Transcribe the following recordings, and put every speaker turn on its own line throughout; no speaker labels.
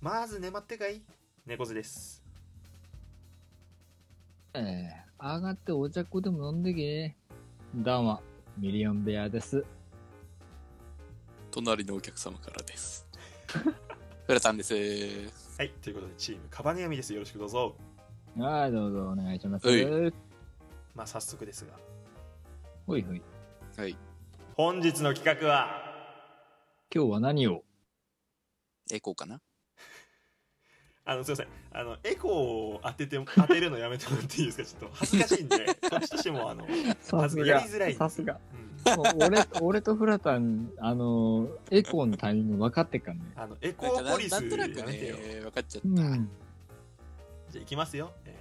まずねまってかい猫背です
ええ上がってお茶っこでも飲んでけ。どうも、ミリオンベアです。
隣のお客様からです。フラタンです。
はいということでチームカバネヤミですよろしくどうぞ
はい、どうぞお願いします。
は
ほ
い
い
まあ早速ですが
ほい。今
はい。
本日の企画は
日は何を
エコーかな
あのすいませんあのエコーを当てて当てるのやめてもらっていいですかちょっと恥ずかしいん でこっちとしてもあの、うん
さ
すがやりづらい
さすが。もう俺、俺とフラタン、あのー、エコーのタイミング分かってっからね。
あのエコ
なんか
ー
な
ポリス
なんとなく
やめてよ
ね、分かっちゃっ
うん。
じゃあいきますよ、え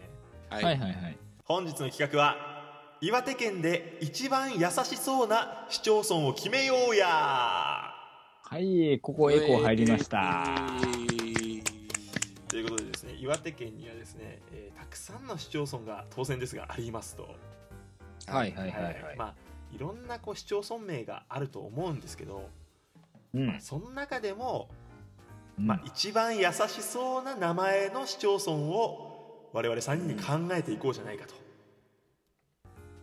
ー
た。
はいはいはい。
本日の企画は岩手県で一番優しそうな市町村を決めようや
はい、ここエコー入りました。
ということでですね岩手県にはですね、えーたくさんの市町村が当選ですがありますと、
はいはいはいはい。
まあいろんなこう市町村名があると思うんですけど、
う
まあ
ん。
その中でも、ま
ま
あ、一番優しそうな名前の市町村を我々3人に考えていこうじゃないかと、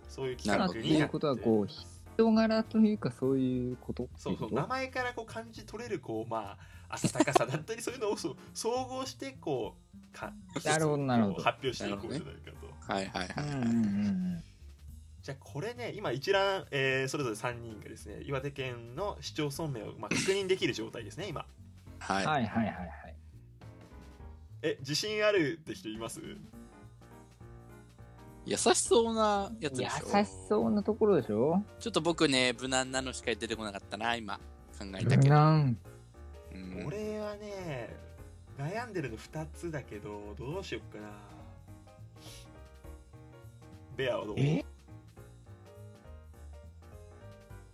そういう企
な
画
る
あ、と
ほどね
に
い
な
う
っ
ことは、
て
こう、人柄というか、そういうこと
そうそう
ってい
名
こ
前からこう感じ取れるこうまあ温かさだったりそういうのをそう総合してこうか
なるほどなるほど
こう発表していこうじゃないかと、
はいはい
と
は
うん
い。
うんうん
じゃあこれね今一覧、えーそれぞれ3人がですね岩手県の市町村名を、まあ、確認できる状態ですね今
は
う
い。
ん。はいはいはいはい。
え自信あるって人います
優しそうなやつで
優
しょ。
しそうなところでしょ
ちょっと僕ね、無難なのしか出てこなかったな、今。考えたけど。
なん。
うん
俺はね悩んでるの2つだけどどうしよっかなベアはどう
え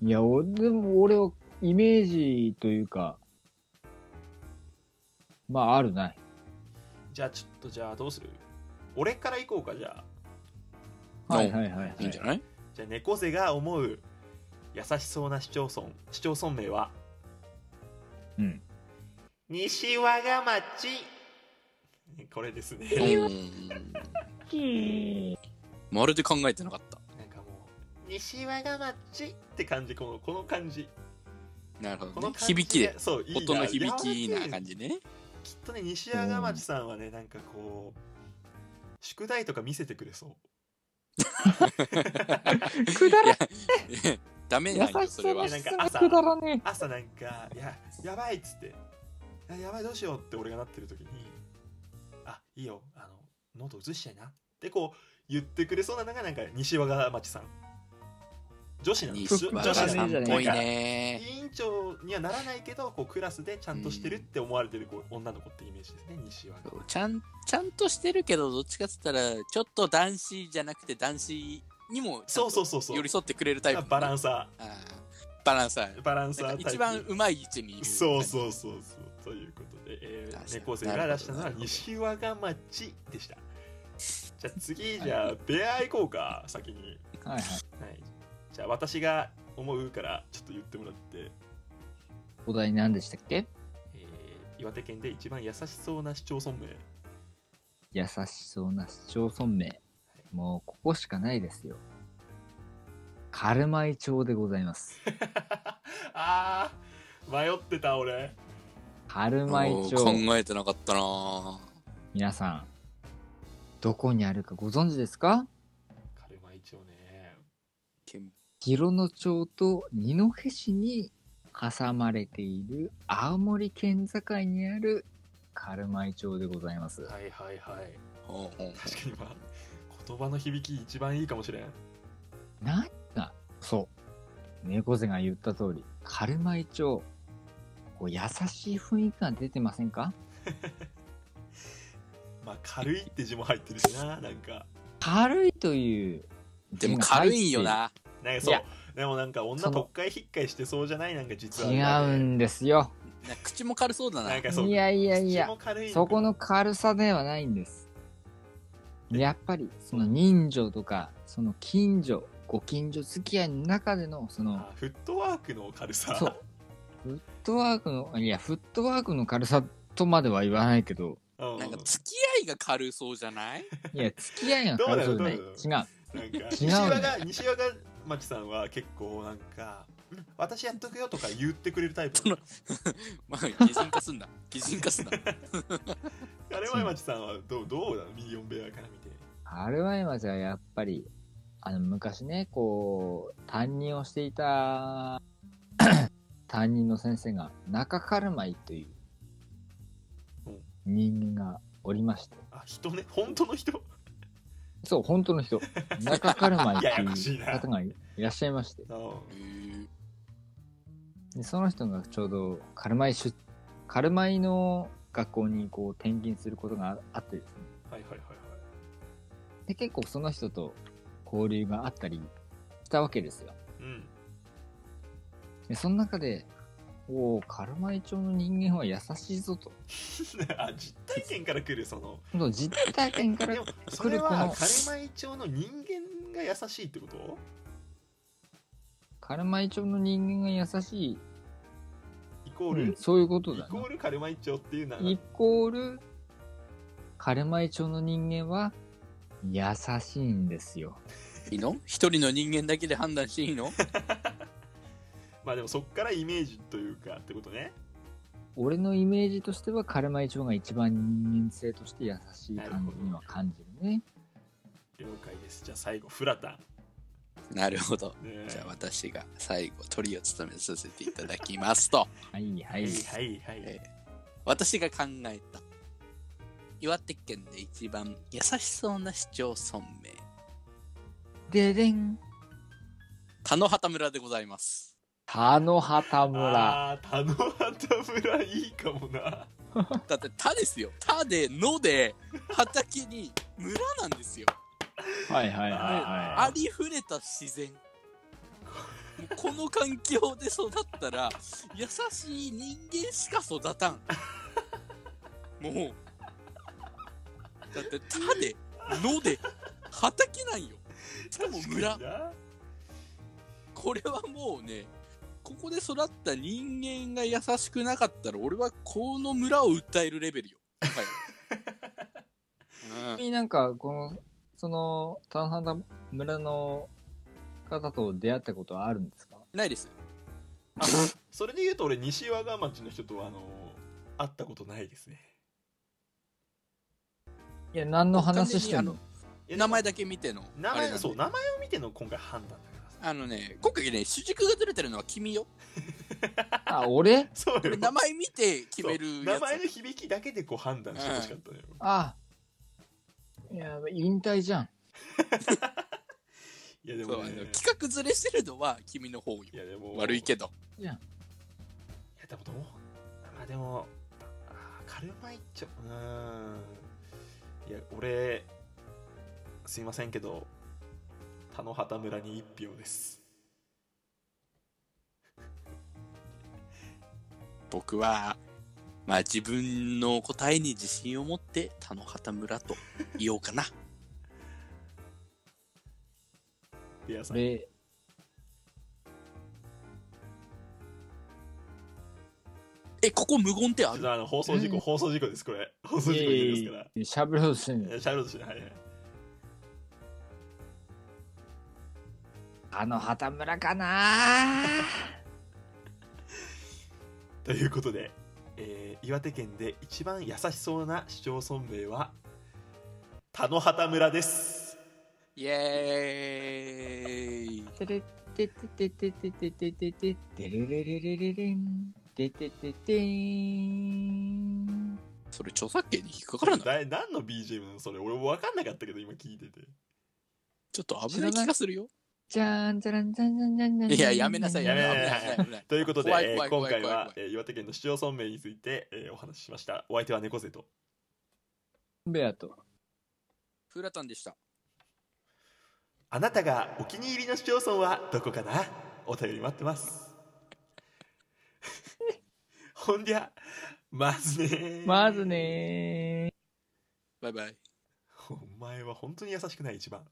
いや、俺、でも俺はイメージというか、まあ、あるない。
じゃあちょっとじゃあどうする俺から行こうかじゃあ
はいはいはい、はい。
いいんじゃない
じゃあ猫背が思う優しそうな市町村市町村名は
うん
西和賀町これですね
うんまるで考えてなかった。
なんかもう西和賀町って感じこのこの感じ
なるほ
こ
ど
の。
ね
感じ
響きで。
そういいな
音の響きいい
柔ら
な
かい
感じね。
きっとね西和賀町さんはねなんかこう宿題とか見せてくれそう
くだ
いや、 ダメなんよ、それは
優し。
質問くだらね
朝なんか「いややばい」っつって「あやばいどうしよう」って俺がなってる時に「あいいよあのノート移しちゃいな」ってこう言ってくれそうなのがなんか西和賀町さん女子なの
西
女
島
女子
さ
なの
んっぽい
なんか
ね。
委員長にはならないけどこうクラスでちゃんとしてるって思われてるこう女の子ってイメージですね西和賀
ちゃん、ちゃんとしてるけど、どっちかっつったら、ちょっと男子じゃなくて男子にも、
そうそうそうそう
寄り添ってくれるタイプ。
バランサ
あーバランサー
ーバランサ
な
ー
んか一番
タイプ
うまい位置にいる。
そうそうそうそうということで、え
確か
ー、
に
猫背が出したの
な
は
るほど
西和賀町でしたじゃあ次じゃあベア行こうか先に
はいはい。
はいじゃあ私が思うからちょっと言ってもらって、
お題何でしたっけ
えー岩手県で一番優しそうな市町村名
優しそうな市町村名。もう、ここしかないですよ。カルマイ町でございます。
あー迷ってた俺
カルマイ
お
町
ー。考えてなかったなぁ
皆さん、どこにあるかご存知ですか
カルマ一応ね
広野町と二戸市に挟まれている青森県境にあるカルマイ町でございます。
はいはいはい
おーおー
確かに今言葉の響き一番いいかもしれん
何がそう猫背が言った通りカルマイ町こう優しい雰囲気が出てませんか
まあ軽いって字も入ってるしななんか
軽いという
でも軽いよな。
なんか
い
そう
や
でもなんか女
その
とっかいひっかいしてそうじゃないなんか実は
違うんですよ
なんか口も軽そうだな。
なんかそう
いやいやい
口
や
も軽い
そこの軽さではないんですやっぱりその人情とかその近所ご近所付き合いの中でのその
あフットワークの軽さ
そうフットワークのいやフットワークの軽さとまでは言わない けど、
うん
なんか付き合いが軽そうじゃない
いや、付き合いが軽そうじゃない。
どうだ
違
ろう
う。
なんか
違う
西
ね
和が西和が牧さんは結構なんかうん「私やっとくよ」とか言ってくれるタイプなの
まあ、擬人化すんな。擬人化 すんな。
あれは牧さんはどうどうだミリオンベアから見て
あれは今じゃやっぱり、あの、昔ね、こう、担任をしていた、 担任の先生が、中カルマイという
うん
人間がおりまして、
あ人ね本当の人
そう、本当の人、中カルマイって
ややこし
い
いうな
方がいらっしゃいまして、
あの
へー
でその人がちょうどカルマイ出、カルマイの学校にこう転勤することがあってですね、
はいはいはいはい
で、結構その人と交流があったりしたわけですよ。
うん
でその中で、おお、カルマイ町の人間は優しいぞと。
あ実体験から来るその
その実体験から
でもそれは
こ
カル
の
マイ町の人間が優しいってこと
カルマイ町の人間が優しい、
イコール、
うんそういうこと
イ
だ
コ
ね
ールカルマイ町っていうのは
イコールカルマイ町の人間は優しいんですよ
いいの一人の人間だけで判断していいの
まあでもそっからイメージというかってことね
俺のイメージとしてはカルマイ町が一番人間性として優しい感じには感じるね
了解ですじゃあ最後フラタ
なるほど。
ン、ね、
じゃあ私が最後、トリを務めさせていただきますと。
はいは
はい
い
はいはい、
え私が考えた岩手県で一番優しそうな市町村名
ででん
田野畑村でございます
田野畑村
ああー田野畑村いいかもな
だって田ですよ田で野で畑に村なんですよ
はいはいはい
あ
は
ありふれた自然もうこの環境で育ったら優しい人間しか育たんもうだって田で野で畑なんよしかも村
確かにな
これはもうね、ここで育った人間が優しくなかったら、俺はこの村を訴えるレベルよ。は い。
いなんかこのその田野畑村の方と出会ったことはあるんですか
うん、ないです。
あそれで言うと俺西和賀町の人とはあの会ったことないですね
いや何の話してんの
いや
名前だけ見ての。
名
あれ
前
なんで
そう名前を見ての今回判断だからさ
あのね、今回ね、主軸がずれてるのは君よ。
あ俺
そう
これ
よ
名前見て決め
そう
る
名
やつ。
前の響きだけでこう判断してほしかったのよ、
あいや引退じゃん
いやで
そう
も、
あの
ね、
企画ずれしてるのは君の方よ。
いやでも
悪いけど。
いやでもどうまあでもあーカルマイチョうーんいや俺すいませんけど田野畑村に一票です
僕は、まあ自分の答えに自信を持って、田野畑村と言おうかな。
ベアさん
俺
え、ここ無言って
ち
あ
ょっ
る
とあの放送事故、
うん
放送事故ですこれ放送事故ですから
喋ろうとしてんの
いやシャーロット氏はいはい
あの畑村かな
ということで、えー岩手県で一番優しそうな市町村名は田野畑村です
イエーイ
てれってってってってってってってっててれれれれれれんててててーん
それ著作権に引っかからない
だい何の BGM なのそれ俺も分かんなかったけど今聞いてて
ちょっと危ない気がするよ。
じゃんじゃらんじゃんじゃんじゃんじゃん
いや、やめなさい、やめなさい
やめな
危
さい
ない。危ない
ということで、
怖い怖
えー今
い怖い
回
怖い
は、えー岩手県の市町村名について、えーお話ししましたお相手は猫背と
ベアと
フーラタンでした。
あなたがお気に入りの市町村はどこかなお便り待ってます。 ほんじゃ、まずねー
まずねー
バイバイ。
お前は本当に優しくない一番。